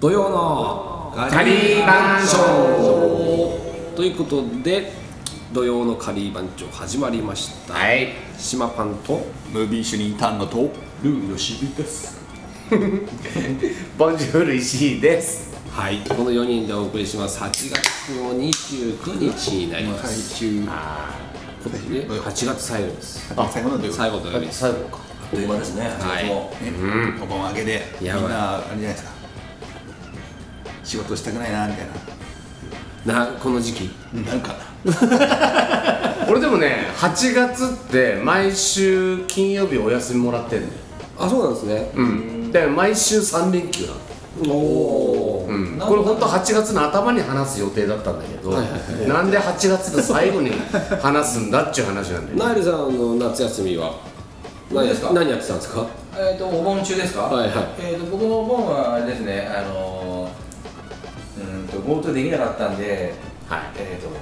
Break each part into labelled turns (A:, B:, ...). A: 土曜のカリー番長ということで土曜のカリー番長始まりました、
B: はい
A: 島パンと
C: ムービー主任丹野と
A: ルーヨシビです
B: ボンジュール石井です
A: はいこの4人でお送りします8月の29日になりま
C: 最
A: す、
C: 終
A: これで8月最後です
C: 最後の土曜
A: 最後土曜日です
B: 最後か
D: という間ですね、
A: はい
D: 8月も
C: ねお盆上げでみん
A: やばい
C: なあれじゃないですか仕事したくないなみたい
A: なこの時期
C: ななんか
B: 俺でもね8月って毎週金曜日お休みもらってんのよ
A: あそうなんですね、
B: うんで毎週3連休なの
A: おおー、
B: これ本当8月の頭に話す予定だったんだけど、なんで8月の最後に話すんだっちゅう話なんだよ
A: ナイルさんの夏休みは何
D: 何
A: や
D: ですか
A: 何やってたんですか
D: えー、とお盆中ですか、
A: はいはい
D: えー、と僕のお盆はあれですね、あのー、うーんと GoTo できなかったんで、
B: はい
D: えー、と思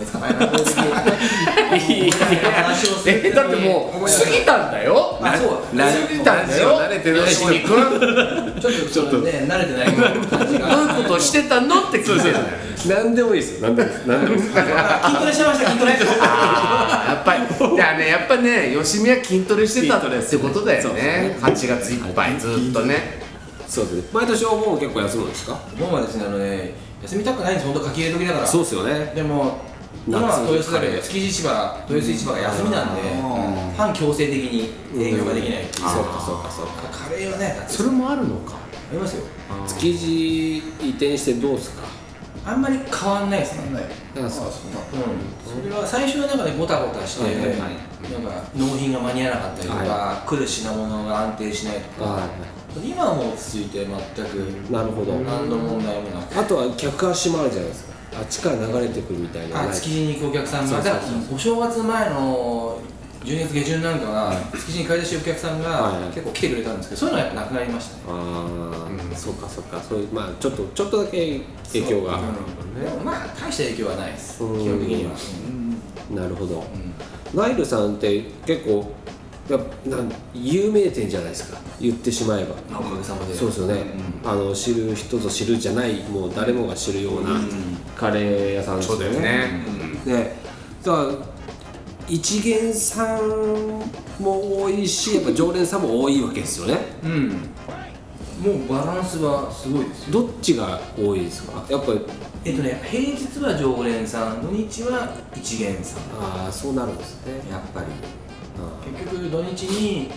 D: いつかないな、こういう時話をする
B: えだってもう
D: 思い出
B: 過ぎたんだよ
D: あそう
B: 過ぎたんだよ
C: 慣れてないし
B: よし君どう
D: ちょっとちょっとね、慣れてない 感じが
B: いうことしてたのって聞いてるのよ
A: 何でもいいですよ何でもいいです何でもいいです
D: あ筋トレしてました、筋トレ
B: あーやっぱ り、いやね、やっぱね、吉見は筋トレしてたってことだよね。8月いっぱいずっとね。
A: そうですね毎年お盆は結構休むんですか
D: お盆はですね、あのね、休みたくないんです、本当書き入れ時だから
A: そうですよね
D: でも今は豊洲だけど築地市場豊洲市場が休みなんで半強制的に営業ができないって
A: そ
D: いう
A: うかそうかそうか
D: カレーはね
B: それもあるのか。
D: ありますよ
A: 築地移転してどうですか
D: あんまり変わんないですね
C: ない
A: なんすか
D: うんそれは最初はなんかねごたごたして
A: はいはいはい
D: なんか納品が間に合わなかったりとか来る品物が安定しないとか
A: は
D: 今はもう落ち着いて全
A: い
D: く
A: なるほど
D: 何の問題もなく
A: あとは客足もあるじゃないですかあっちから流れてくるみたいな
D: あ築地に行くお客さんがだからお正月前の12月下旬なんかは築地に買い出しに行くお客さん
A: はいは
D: が
A: い
D: 結構来てくれたんですけどそういうのはやっぱなくなりましたね
A: あーそうかそうかそういうまあちょっとちょっとだけ影響が
D: うんでもまあ大した影響はないです基
A: うん
D: 本的には
A: なるほどナイルさんって結構やっぱなん有名店じゃないですか言ってしまえば
D: まあおかげさまで
A: そうですよね、あの知る人ぞ知るじゃないもう誰もが知るようなカレー屋さんですよねねだから一元さんも多いしやっぱ常連さんも多いわけですよね
D: うんもうバランスはすごいですよ
A: どっちが多いですかやっぱり
D: えっとね平日は常連さん土日は一元さん
A: ああそうなるんですね
D: やっぱり
A: あ
D: 結局土日に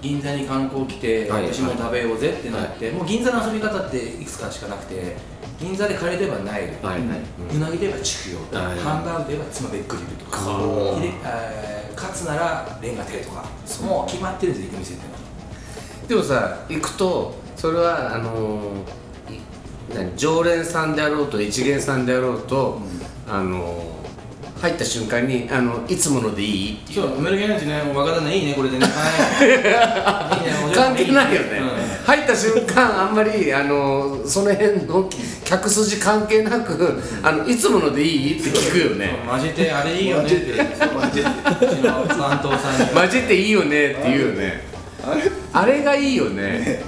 D: 銀座に観光来て
A: はい
D: 私も食べようぜってなって、もう銀座の遊び方っていくつかしかなくて銀座でカレーといえばナイル、
A: ーはいはいう
D: なぎといえば畜養とか、
A: はいはい
D: ハンバーグといえばつまべっくりとか
A: おー
D: ひれえーカツならレンガ亭とかもう決まってるんですよ行く店って
B: でもさ、行くと、それは、あのー、い何常連さんであろうと、一元さんであろうと、あのー、入った瞬間に、あの、いつものでいいって
D: 今日メルゲンジね若旦那いいねこれでね はいいいねお嬢さ
B: 関
D: んい
B: 係
D: いね
B: ないよね、
D: うん
B: 入った瞬間あんまりあのその辺の客筋関係なくあのいつものでいいって聞くよね
D: マジであれいいよねってう
C: マジで
D: ちの担当さんに
B: 混じっていいよねって言うよね
C: あれ
B: あれがいいよね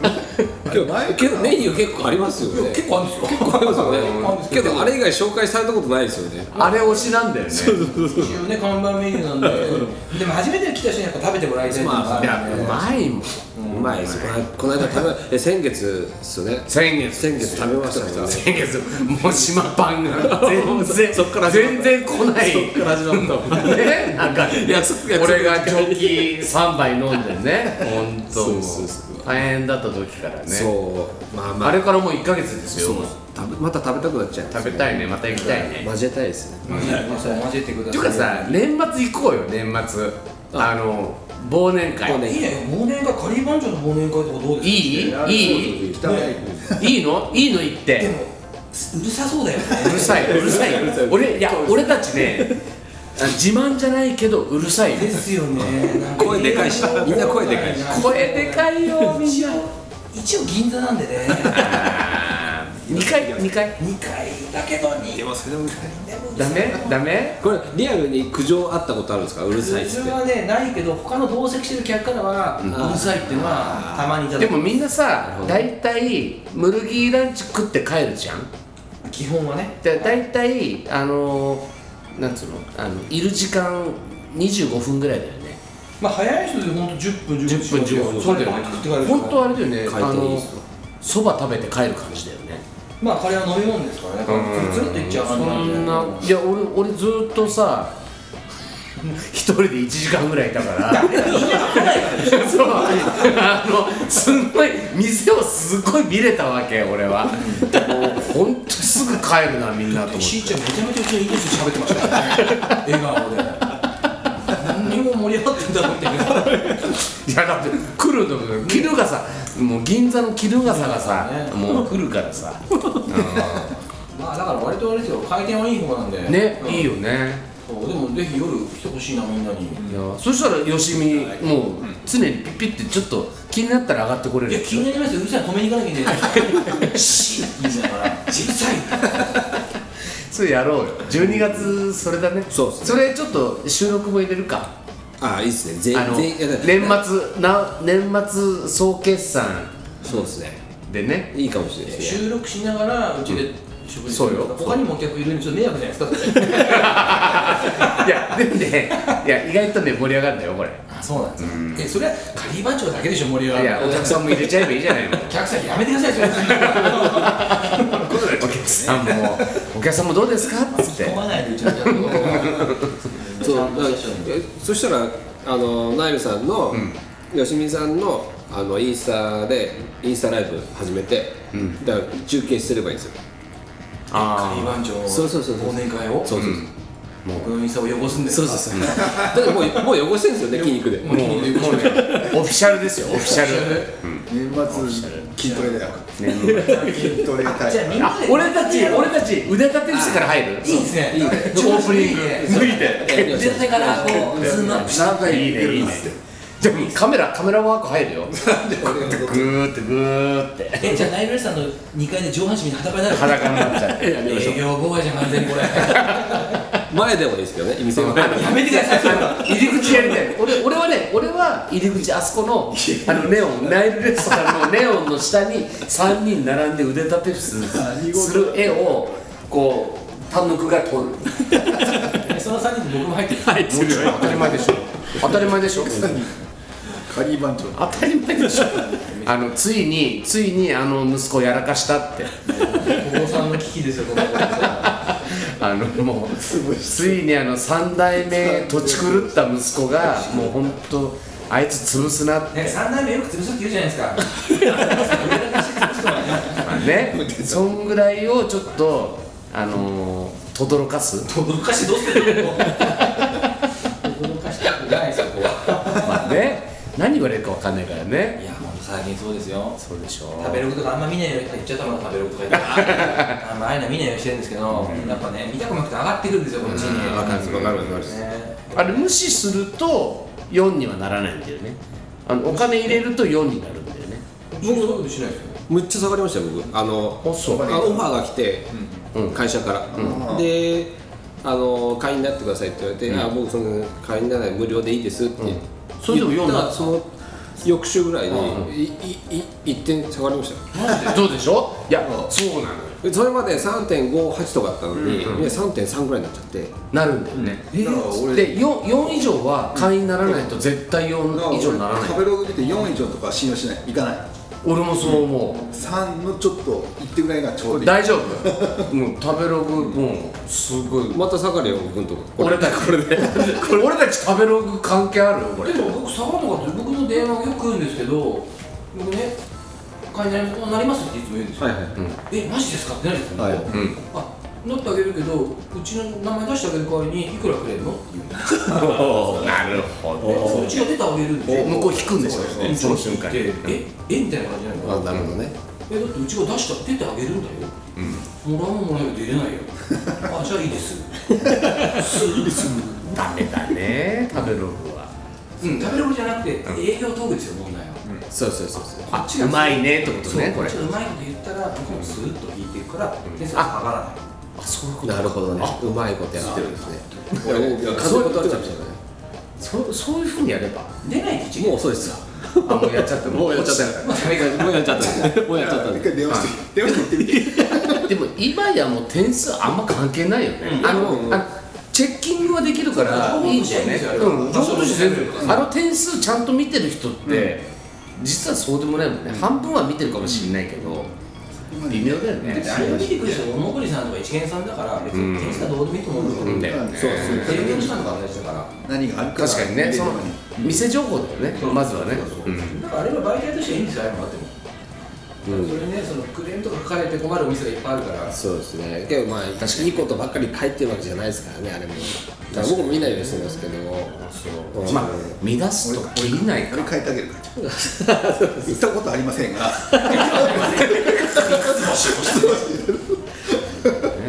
A: 今日けどメニュー結構ありますよね
D: 結構あるんですよ結
A: 構ありますよね
D: 構あるんです
A: け
D: けど
A: どあれ以外紹介されたことないですよね
B: あれ推しなんだよね
D: 一応ね看板メニュ ーなんででも初めて来た人にやっぱ食べてもらいたいっていうのがあ
B: い
D: る
B: やうん
D: で
B: まいもん
A: うまいですこのこの間食べえ先月ですよね
B: 先月
A: 先月食べましたもんね
B: 先月もう島パンが全 然
A: そっから始まっ
B: 全然来ない
A: から始まっ
B: ねなんか
A: いやそいや
B: 俺がチョキ3杯飲んでね本当
A: そうそうそう
B: 大変だった時からね
A: そうまあまあ
B: あれからもう1ヶ月ですよ
A: そう食べまた食べたくなっちゃう
B: 食べたいねまた行きたいね
A: 交えたいですね
D: 混ぜてください
B: ていうかさ年末行こうよ年末あの忘年会
A: 忘年
D: いいね忘年会カリー番長の忘年会とかどうですか
B: いいいい
C: 行きたい
B: いいのいいの行っ
D: で
B: て
D: もうるさそうだよね
B: うるさいうるさいう
A: るさい
B: 俺いや俺たちねあ自慢じゃないけどうるさいよ
D: ですよねなんか
A: 声でかいしみんな声でかいし
B: 声でかいよみんな
D: 一応銀座なんでね
B: 二回二回
D: 2回だけど2
C: でも それでもない
D: でも
B: ダメダメ
A: これリアルに苦情あったことあるんですかうるさいっつっ
D: 自
A: て
D: 分はねないけど他の同席してる客からはうるさいっていうのはたまにいただ
B: で
D: く
B: もみんな
A: る
B: さ
A: ほど
B: 大体ムルギーランチ食って帰るじゃん
D: 基本はね
B: で大体あのなんつうのあのいる時間25分ぐらいだよね
D: まあ早い人で本当10分
B: 10分15分
D: そ
B: そう
D: うだ
B: だよ
D: よね
B: ね
D: 食って帰る
B: 本当あれだよね
A: 回
B: あ
A: 転いいっ
B: の
A: すわ
B: そば食べて帰る感じだよね
D: まあカレーは飲み物ですからねつるつるっといっちゃう
B: そ
D: 感じなんで
B: んないや俺俺ずっとさ一人で1時間ぐらいいた からそうあのすんごい店をすごい見れたわけ俺はもうほんとすぐ帰るなみんなと思って
D: しーちゃんめちゃめちゃうちのイングリッシュで喋ってましたからね笑顔で何にも盛り上がってんだろうって
B: いやだって来るのがキルガサもう銀座のキルガサがさ、
D: ね
B: もう来るからさ
D: まあだから割とあれですよ回転はいい方なんで
B: ね、
D: うん
B: いいよね
D: そうでもぜひ夜来てほしいなみんなに
B: いやそしたらよしみもう常にピッピッてちょっと気になったら上がってこれ
D: い
B: る
D: や
B: で
D: 気
B: しょ
D: になりますようるさい止めに行かなきゃいけないシーって言いながら小さい
B: それやろうよ12月それだね
A: そうっすね
B: それちょっと収録も入れるか
A: ああいいっすね全
B: あの
A: 全いやだから
B: 年末な年末総決算
A: そうですね
B: で ね
A: いいかもしれないですね
D: 収録しながらうちで食事す
B: そう
D: る
B: よ
D: 他にもお客いるんでちょっと迷惑じゃないですか
B: いやでもねいや意外とね盛り上がるんだよこれ
D: あそうなんですかえそれはカリー番長だけでしょ盛り上が
B: い
D: る
B: やお客さんも入れちゃえばいいじゃないの
D: お客さんやめてくださいそれ
B: お客さんも お客さんもどうですかっつって
D: 突っ込まないでうちの客を
A: そう
D: ち
A: だ
D: ゃ
A: か
D: ん
A: ら
D: とした人に
A: えそしたらあのナイルさんの、よしみさんのあのインスタでインスタライブ始めて、だから中継すればいいんですよ
B: あ
D: カリー
B: あ
D: 番長
A: そうそうそうそう
D: 忘年会を
A: そうそうそう、
D: 僕のインスタを汚すんです
A: そう
D: か
A: そうそうだってもうもう汚してるんですよね筋肉で
D: もう
B: もうもうねオフィシャルですよオフィシャル
C: 年末筋トレだよ筋トレ
D: じゃあみ
C: 大
D: んな
B: あ
D: で
B: 俺たち俺たち腕立て伏せから入る
D: いいですね
A: いいね
D: オープニング
B: 脱いで
A: え
D: 絶対からこうズームアップして
C: 何回
B: いい
C: 言って
B: ねい
C: る
B: い
C: ん
B: ね
C: だって
B: じゃあカメラカメラワーク入るよ
C: 俺の
B: グ
C: こと
B: ーってグーって
D: えじゃあナイルさんの2階で上半身に裸になる
B: 裸になっちゃう
D: 営業妨害じゃん完全にこれ
A: 前でもいいですけどね店の前で
D: やめてくださいそれは
B: 入り口やりたい俺俺はね俺は入り口あそこのあのネオンナイルレストランのネ オンの下に3人並んで腕立て伏せする絵をこう単独が撮る
D: その3人で僕も入ってる
B: 当たり前でしょ当たり前でしょ
C: カリー番長
B: 当たり前でしょあのついについにあの息子をやらかしたって
D: お坊さんの危機ですよこの子
B: あのもうついにあの3代目土地狂った息子がもう本当あいつ潰すなって
D: ね三代目よく潰すって言うじゃないですか。
B: ねそんぐらいをちょっとあのーとどろかす
D: 驚かしてどうするの。驚かしたくないそこは。
B: まあね何言われるかわかんないからね
D: いやもう最近そうですよ。
B: そうでしょ
D: 食べログとかあんま見ないように言っちゃったもん食べログとか 言ってあんまああいうの見ないようにしてるんですけど、やっぱね見たくなくて上がってくるんですよこっちに。
A: わかるわかるわかる
D: ね
B: あれ無視すると4にはならないんだよねあのお金入れると4になるんだよね
D: 僕そういうことしないですよ。
A: むっちゃ下がりましたよ僕あの
B: あそう
A: あオファーが来て、
B: うん
A: 会社から、
C: うん
A: であの会員になってくださいって言われて、あ僕その会員にならない無料でいいですって言って、
B: んそれでも
A: 言
B: 読
A: っ
B: んだ
A: たらその翌週ぐらいに、
B: う
A: いいい1点下がりましたよ
B: どうでしょういやそうなのよ
A: でそれまで3.58とかあったのに、いや3.3ぐらいになっちゃって
B: なるんだよね、
A: え
C: だから俺
B: で 4, 4以上は会員にならないと絶対4以上にならない
C: 食べログ出て4以上とかは信用しない行かない
B: 俺もそう思
C: 3のちょっと行ってぐらいがちょう
B: う、
C: どいい
B: 大丈夫もう食べログもうすごい
A: また下がりよ僕のとこ
B: 俺たちこれで 俺たち食べログ関係あるこれ
D: でも僕下がるのかって僕の電話がよく来るんですけど、僕ね会員になりますっていつも言うんですよ。
A: はいはい
D: えマジですかってなるんですよ、
C: はい
B: ん
D: あなってあげるけどうちの名前出してあげる代わりにいくらくれるのって言うんです
B: なるほ
D: えそのうちが出てあげるんで
B: 向こう引くんですよ
C: そう
B: その瞬間に
D: でええみたいな感じなの
A: あなるほどね
D: えだってうちが出した出てあげるんだよ、もらうもらうけど出れ ないよあじゃあいいですすいいです
B: ダメだね食べログは
D: うん食べログじゃなくて営業トークですよ問題は、
A: そうそうそうそう
D: こっち
B: う
D: が
B: まいねってこと
D: そう
B: ねこ
D: こっ
B: れ
D: ちがうまいこと言ったら僕もスーッと引いていくから点数が下がらない
B: あそういうこ
A: なるほどねうまいことやってるんですねいや
B: そ
A: 数
B: ういう
A: こ
B: こと
A: とある
B: じ
A: じ
B: ゃ
A: ゃ
B: ん
A: ん
B: そうそういうふうにやれば
D: 出ない口
A: もうそうですよ
B: あもうやっちゃった
A: もうやっちゃった
B: 落
A: もうやっちゃったもうやっちゃった
C: 一回電話して電話して行ってみて
B: たでも今やもう点数あんま関係ないよね、
D: うん
B: あ
A: う
B: の
A: ん
B: あチェッキングはできるから
D: 情報
B: いい
D: と
B: ん
D: し
B: だよ
D: て
B: ね
D: はいいんですよ
B: うん情報として全
D: う
B: 然あの点数ちゃんと見てる人って、実はそうでもないもんね、半分は見てるかもしれないけど、微妙だよね、
D: あれを見てくる人は小野さんとか一元さんだから別に点数がどうでもいいと思う
B: うん
D: ん
B: だ
D: だ
B: よ
D: よ
B: ね
A: そうそう
D: テレビの時間とかあれでしたから
C: 何があるか
B: 確かにねその店情報だよね、まずはね
D: そうそうだからあれは媒体としてはいいんですよあれもあってもそれねそのクレームとか書かれて困るお店がいっぱいあるから
A: そうですねけどまあ
B: かに
A: いいことばっかり書いてるわけじゃないですからねあれもだから僕も見ないようにしてますけどそう
B: まあ見出すとか言いない
C: あ
B: か
C: れ書いてあげるから行ったことありませんが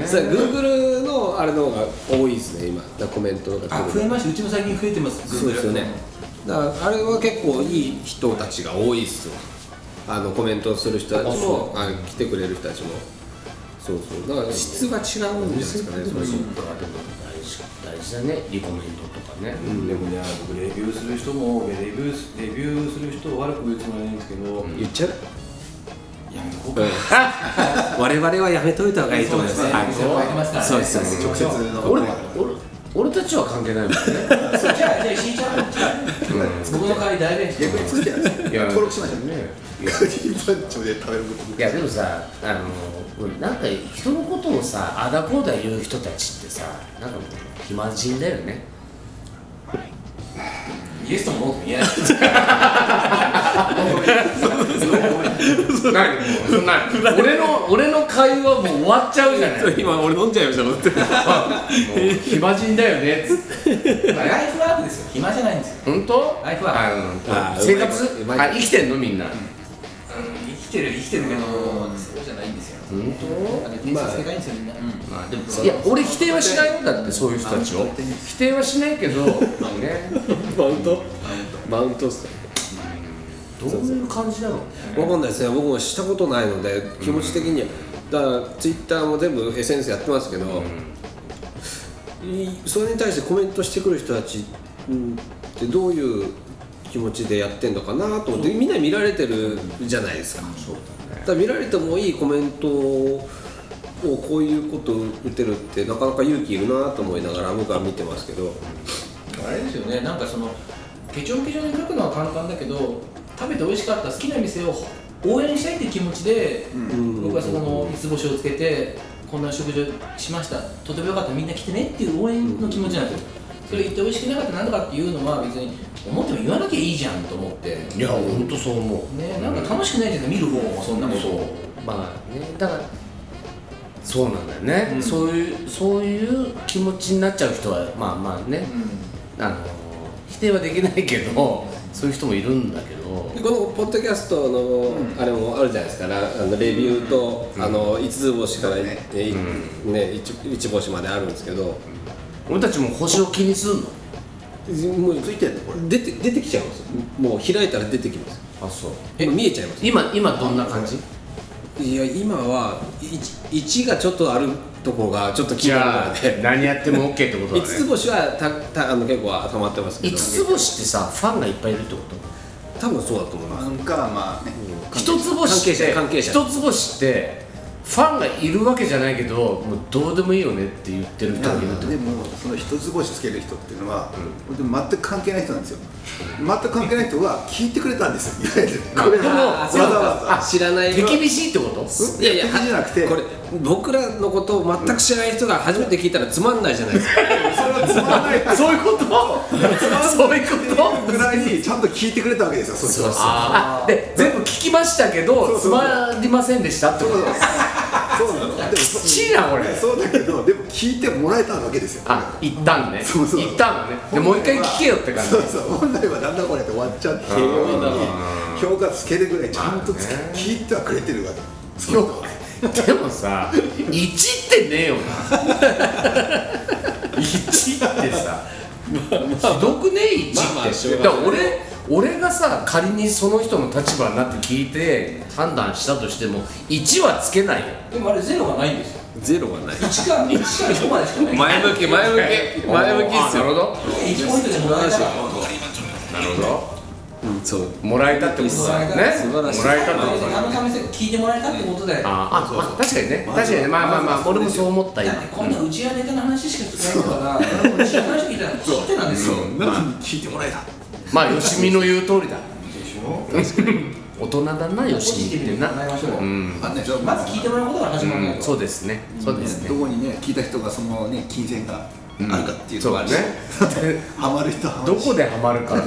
A: それ Google のあれの方が多いですね今だからコメントとか
D: あ
A: 来
D: 増
A: る
D: えましたうちも最近増えてます
A: そうですよねだからあれは結構いい人たちが多いっすよあのコメントする人たちもあ来てくれる人たちもそうそうだから質が違うんじゃないですかねそういう
B: 大事大事だねリコメントとかね、
E: でもね、僕レビューする人もレビューすレビューする人を悪く言うつもりはないんですけど、
A: 言っちゃう
E: やめとこうか
A: うん 我々はやめといた方がいいと思います
D: そうですね
A: はい
D: お店も開いてますからね
A: そうですそうです
C: 直接の
B: 俺俺俺たちは関係ないもんね
D: そうじゃあじゃあしーちゃんじゃあ僕の代わり代弁して
C: 逆に作ってやる
B: いや
C: 登録しましょう
B: ね
C: 一般庁で食べること
B: いやでもさあの俺なんか人のことをさあだこうだ言う人たちってさなんかもう暇人だよね
D: イエスともノーとも言えない
B: 何そんな俺の俺の会話もう終わっちゃうじゃ ない
A: 今俺飲んじゃいましたもん
B: 暇人だよねっつって
D: ライフワークですよ暇じゃないんですよ
B: 本当
D: ライフワー
A: あ
B: 生活
A: うまい
B: あ生きてんのみんな
D: うん生きてる生きてるけどそうじゃないんですよ
B: 本
D: だから点数つけたいんですよみんなうん
B: まあでもいや俺否定はしないよだってそういう人たちを否定はしないけどまあね
A: マウントマウントっす
B: どういう感じだろうね
A: わかんないですね僕もしたことないので気持ち的には、だからツイッターも全部 SNS やってますけど、いそれに対してコメントしてくる人たちうんってどういう気持ちでやってんのかなと思ってみんな見られてるじゃないですかだから見られてもいいコメントをこういうこと打てるってなかなか勇気いるなと思いながら僕は見てますけど
D: あれですよねなんかそのケチョンケチョンに書くのは簡単だけど食べて美味しかった好きな店を応援したいって気持ちで、
A: ん
D: 僕はそこの三つ星をつけてこんな食事をしましたとても良かったみんな来てねっていう応援の気持ちなんですよ、それ言って美味しくなかったなんとかっていうのは別に思っても言わなきゃいいじゃんと思ってね
B: いや本当そう思う
D: なんか楽しくないじゃない見る方もそんなこと
B: そう
D: を
B: まあねだからそうなんだよね、
D: うん
B: そういうそういう気持ちになっちゃう人はまあまあね、あの否定はできないけどそういう人もいるんだけど
A: でこのポッドキャストのあれもあるじゃないですか、らあのレビューと、あの5つ星から、ねね、1, 星まであるんですけど、
B: 俺たちも星を気にするの
A: もうついてんのこれ出て出てきちゃうんですよもう開いたら出てきます
B: あそう
A: え見えちゃいま
B: 今今どんな感じ
A: すいや今は 1, がちょっとあるとこがちょっと気になるので
B: 何やっても OK ってこ
A: 5つ星はたたあの結構溜まってますけど
B: 五つ星ってさファンがいっぱいいるってこと
A: 多分そうだと思います
C: なんかまあね
B: 一つ星って
A: 関係者関
B: 一つ星ってファンがいるわけじゃないけどもうどうでもいいよねって言ってる人がいるってこと
C: でもその一つ星つける人っていうのは、でも全く関係ない人なんですよ全く関係ない人は聞いてくれたんですよいわゆるこれをわざわ
A: 知らない
B: 手厳しいってこと
A: いやいや
C: 手厳しいじゃなくて
A: これ僕らのことを全く知らない人が初めて聞いたらつまんないじゃないですか
B: そういうことそういうこ
C: ざぐらいにちゃんと聞いてくれたわけですよそいつは
B: あで全部聞きましたけどつ
C: そうそう
B: まりませんでしたってこと
C: そうなのでもそ
B: ちいなこれ
C: そうだけどでも聞いてもらえたわけですよ
B: あ一旦ね
C: そうそう
B: 一旦ねでもう一回聞けよって感じ
C: そうそう本来はなんだこれって終わっちゃってるように評価つけるぐらいちゃんとつけ聞いてはくれてるわけその人は
B: でもさ1ってねえよな1ってさひどくね1って、
A: まあまあしょうが
B: だ
A: ない
B: から俺俺がさ仮にその人の立場になって聞いて判断したとしても1はつけないよ
D: でもあれゼロがないんですよ
A: ゼロがない
D: 1から1から5までし かない
A: 前向き前向 き前向きっす
B: あなるほ
A: よ
B: ど
D: 1ポイントでもらえ
B: な
D: たら
B: るほど
A: うんそう
B: もらえたってことだよね
A: 素晴らしい
B: もらえたってことだよ
D: あの試し聞いてもらえたってことでだっ
B: あーあまあ確かにね確かにねまあまあまあ俺もそう思った
D: て
B: 今
D: こんなうちやネタの話しかしてないから俺もうちやの話聞いたら知ってたんですよ
C: なのに聞いてもらえた
B: まあよしみの言う通りだ
E: でしょ
B: 大人だな
D: ポ
B: よ
D: ジ
B: し
D: ティ
B: みって
D: ブに考
B: な
D: えましょうよ
B: うん
C: あんねん
D: まず聞いてもらうことから始まるんだ
B: うんそうですねそうです
C: ど
B: ね
C: こにね聞いた人がそのね金銭があるかっていう
B: そ
C: の
B: う
C: があ
B: だ
C: る
B: ね
C: しハマる人はハマ
B: ど
C: るし
B: こでハマる か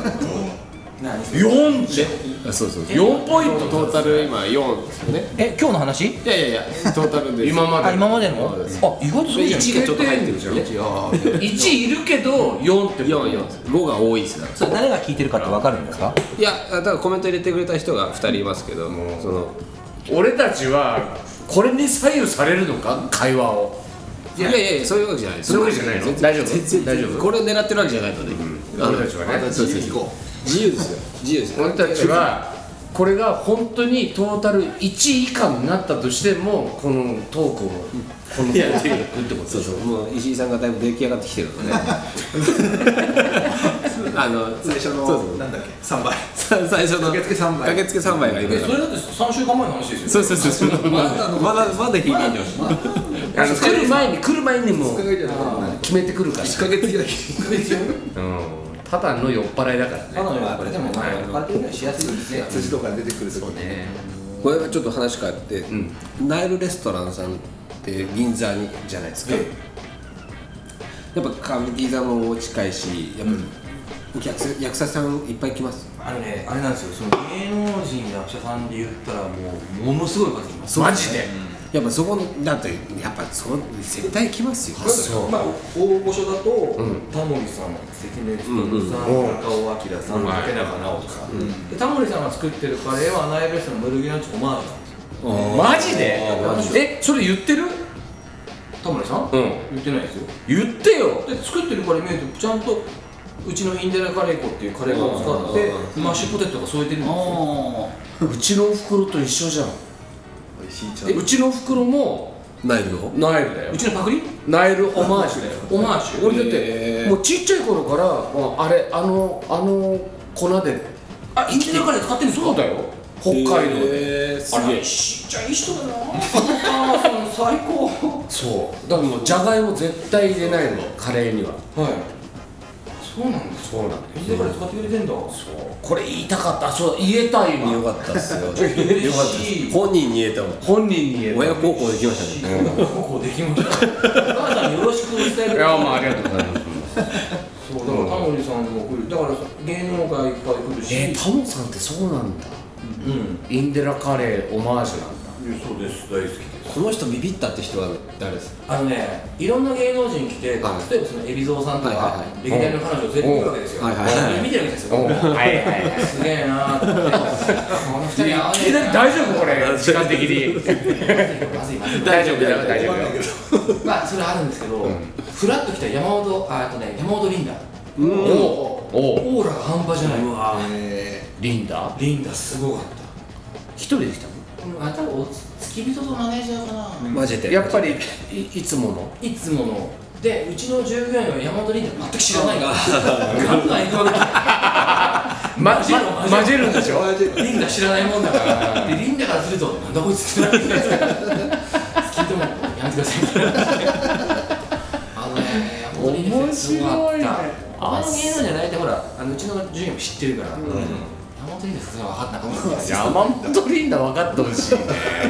D: 何です
B: 4じゃん
A: あそうそう
B: 4ポイント
A: トータル今4ですよね
D: え今日の話
A: いやいやいやトータルで
B: 今ま
D: あ
B: で
D: 今までの
A: そうです
D: あ意外とそうじゃん
A: 1がちょっと入ってるじゃんね
C: あー
B: 1いるけど4ってこと
A: 445が多いですだから
D: それ誰が聞いてるかって分かるんですか
A: いやだからコメント入れてくれた人が2人いますけどその
B: 俺たちはこれに左右されるのか会話を
A: いやいやいやそういうわけじゃないです
B: そういうわけじゃないの
A: 全然
B: 大丈夫
A: 全然
B: 大丈夫
A: これを狙ってるわけじゃないのであの
B: 俺たちは
C: また
B: ね
C: 自由に行こ
A: 自由ですよ自由です
B: 俺たちはこれが本当にトータル1以下になったとしてもこのトークをこのトークでいくってこと
A: そう
B: でし
A: そうもう石井さんがだいぶ出来上がってきてるので あの
C: う最初
A: そう
C: のなんだっけ3倍
A: そう最初の
C: 駆けつけ三杯
A: 駆けつけ3杯がいる
D: え
A: か
D: そ
A: ら
D: れだって3週間前の話です
A: そ
D: よ
A: うそうそうそうまだまだまだ響いてる
B: ょあの来る前に来る前にもう
C: 1
B: 決めてくるから
C: ヶ月ぐらい
B: うんただの酔っ払いだからね
D: 彼女はこれでもまあパーティーぐらいしやすいですね
C: 辻とか出てくるとね
A: これはちょっと話変わって、ナイルレストランさんって銀座にじゃないですか、やっぱ銀座も近いしやっぱ、お客さん役者さんいっぱい来ます
D: あのねあれなんですよその芸能人役者さんで言ったらもうものすごい数います
B: マジで
A: やっぱそこのだってやっぱそう絶対来ますよ
D: そうまあ大御所だと、タモリさん関根勤さん、高尾明さん、竹中直人さん、でタモリさんが作ってるカレーはナイルレストのブルギナンチオマージュなんですよ
B: マジでえそれ言ってる
D: タモリさん、
B: うん
D: 言ってないですよ
B: 言ってよ
D: で作ってるカレー見るとちゃんとうちのインデラカレー粉っていうカレー粉を使ってマッシュポテトが添えてるんですよ
B: うちのおふくろと一緒じゃん
C: 美味しいちゃん
B: えうちのおふくろも
A: ナイルを
B: ナイルだよ
D: うちのパクリ
B: ナイルオマージュだよ
D: オマージュ
B: 俺だってもうちっちゃい頃からもうあれあのあの粉で
D: あインデラカレー使ってるんですか
B: そうだよ北海道で、
A: えー、す
D: あ
A: げ
D: ら
A: え
D: ちっちゃい人だなあーその最高
B: そうだからもうじゃがいも絶対入れないのカレーには
D: はいそうなんです
B: そうなんだ
D: インデラカレー使ってくれてんだ
B: これ言いたかったそう言えた今
A: よかったっすよよかった
D: 嬉
A: っ
D: し
A: す
D: い
A: 本人に言えたもん
B: 本人に言えた
A: 親孝行できましたね
D: こうできました。お母さんによろしく伝える。
B: いやまあありがとうございます
D: そうだからタモリさんも来る。だから芸能界いっぱい来るし。
B: えー、タモさんってそうなんだ
D: うん。
B: インデラカレーオマージュなんだ
E: そうです大好きです
A: この人ビビったって人は誰ですか
D: あのね、いろんな芸能人来て、例えば
A: はい
D: その海老蔵さんと
A: はい
D: か
A: はいは、
D: 歴代の彼女全部来るわけですよ。
A: はいはいはい
D: それ見てるわけです
B: お
D: よ。
B: はいはいはい
D: すげえなーって。この二人合わね
B: いきなり大丈夫こ れ時間的に
D: 夫まずいまずいまずい。
B: 大丈夫だよ大丈夫だよ
D: まあそれはあるんですけど、フラッと来た山本、ああとね、山本リンダ。
B: おおお
D: オーラが半端じゃない。うわ
B: リンダ
D: リンダすごかった。
B: 一人で来たの
D: うんあ、多分お付き人とマネージャーかな。
A: マジで
B: やっぱりいいつもの
D: いつものでうちの従業員は山本リンダ全く知らないからガンガン行くわ
B: ま
D: ジェロ
B: ま混ぜるんでしょ
D: けリンダ知らないもんだからでリンダからするとなんだこいつってなるじゃないですか聞いてもやめてくださいみたいなあのね山本リンダすごかった、
B: 面白いね
D: あの芸能じゃないってほらあのうちの従業員も知ってるから、山本リンダさすが分かんなかったですよ
B: 山本リンダ分かってほしい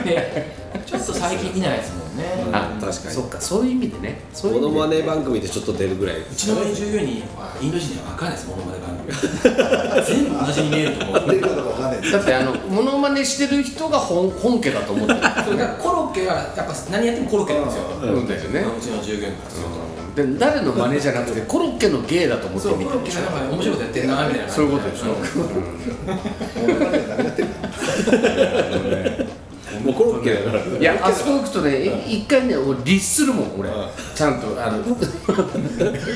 D: ねちょっと最近見ないですもんね、う
B: あ
A: 確かに
B: そっかそういう意味でねそういう
A: モ
B: 意
A: ノマ
B: 味
A: ネ番組でちょっと出るぐらい
D: ちの従業員はインド人には分かんないですものまね番組全部同じに見えると思う
C: 出るかどうかわかんないで
B: ですだってあのモノマネしてる人が本本家だと思ってる
D: それからコロッケはやっぱ何やってもコロッケなんですよ。
B: うんだよね
D: うちの従業員からする
B: で誰の真似じゃなくてコロッケの芸だと思って
D: と。
B: 見
D: コ
B: て
D: ロ
B: るで
D: ッケ
B: し
D: が
B: ょ
D: なんか面白いことやってんなみたいな。
B: そういうことでしょ
A: もうコロッケだから
B: いやあそこ行くとねい一回ね俺律する もん俺ちゃんとあの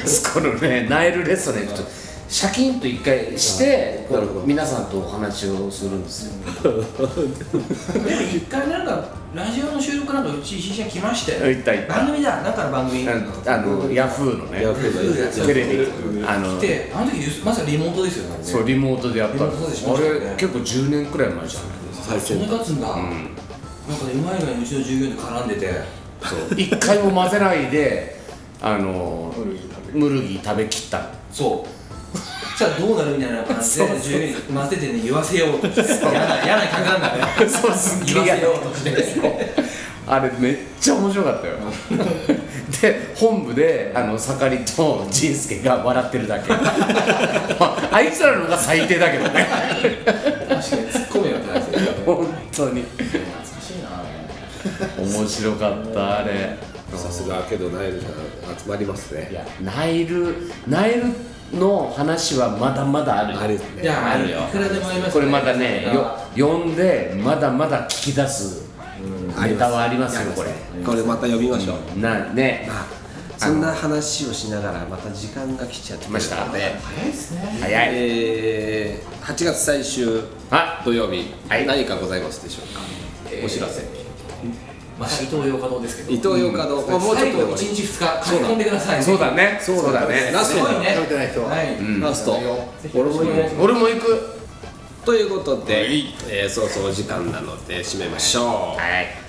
B: そこのねナイルレストラン行くとシャキンと一回して
A: なるほど
B: 皆さんとお話をするんですよ
D: でも一回なんかラジオの収録なんかうち石井ちゃん来ましたよ
B: 行った行った
D: 番組だなんかの番組
B: あのヤフーのね
A: ヤフーのやつ
B: テレビあの
D: であの時まさにリモートですよね
B: そうリモートでやったのあ
D: リモートでしましたよね
B: れ結構10年くらい前じゃな
A: 最
D: そんな
A: 先
D: 経つんだ、
B: い、うん
D: なんかね、今以外にうちの従業員と絡んでて、
B: そう一回も混ぜないであのムルギー食べきった
D: そう、じゃあどうなるみたいな感じで、従業員に混ぜてね、言わせようとして、嫌な、嫌な感じなんだ ね、
B: そうす
D: 言わせようとして、
B: あれめっちゃ面白かったよ で本部であの盛りと仁助が笑ってるだけ まああいつらの方が最低だけどね
D: 確かに突っ込めよってなって、
B: 本当に
D: 懐かしいな、
B: 面白かったあれ
A: さすがけどナイルじゃ集まります
B: い
A: ね
B: やナイルナイルの話はまだまだあるよ
A: あれですね
D: いや、
B: あるよ
D: いくらでもあります
B: これまたねよ
D: あ
B: 呼んでまだまだ聞き出すネタはありますよこれ
A: これまた呼びましょう
B: なね
A: あそんな話をしながらまた時間が来ちゃって
B: 来ましたね
D: 早いですね。
B: 早い
A: えー8月最終
B: あ
A: 土曜日、
B: はい
A: 何かございますでしょうか、お知らせ
D: また伊藤洋華堂ですけど、
A: 伊藤洋華堂、まあもうちょっ
D: 最
A: とで
D: 後1
A: 終わ
D: 日2日、書き込んでくださいね。
B: そうだねそうだね
A: ラス
D: す
A: ト
D: ごい
A: だ
D: ね。
C: 食べてない人は
D: はい。
A: りラスト俺も行こう
B: 俺も行く
A: ということで、えー、そろそろ時間なので締めましょう、
B: はい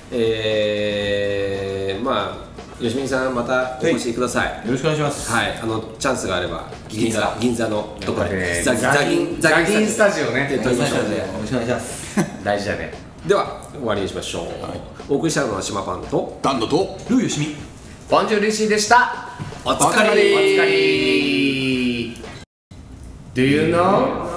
A: えー、まあ吉見さんまたお越しください
E: ろしくお願いします
A: はい、あのチャンスがあれば銀座銀座のどこで
B: えーザギンザギンスタジオ
A: で
B: ね
A: 撮りましょう
D: よろしくお願いします。
B: 大事だね
A: では終わりにしましょう、お送りしたのは島パンと
F: ダンドと
D: ルーよしみ。
B: ボンジュール石井でした
A: お
B: お疲れ Do you know?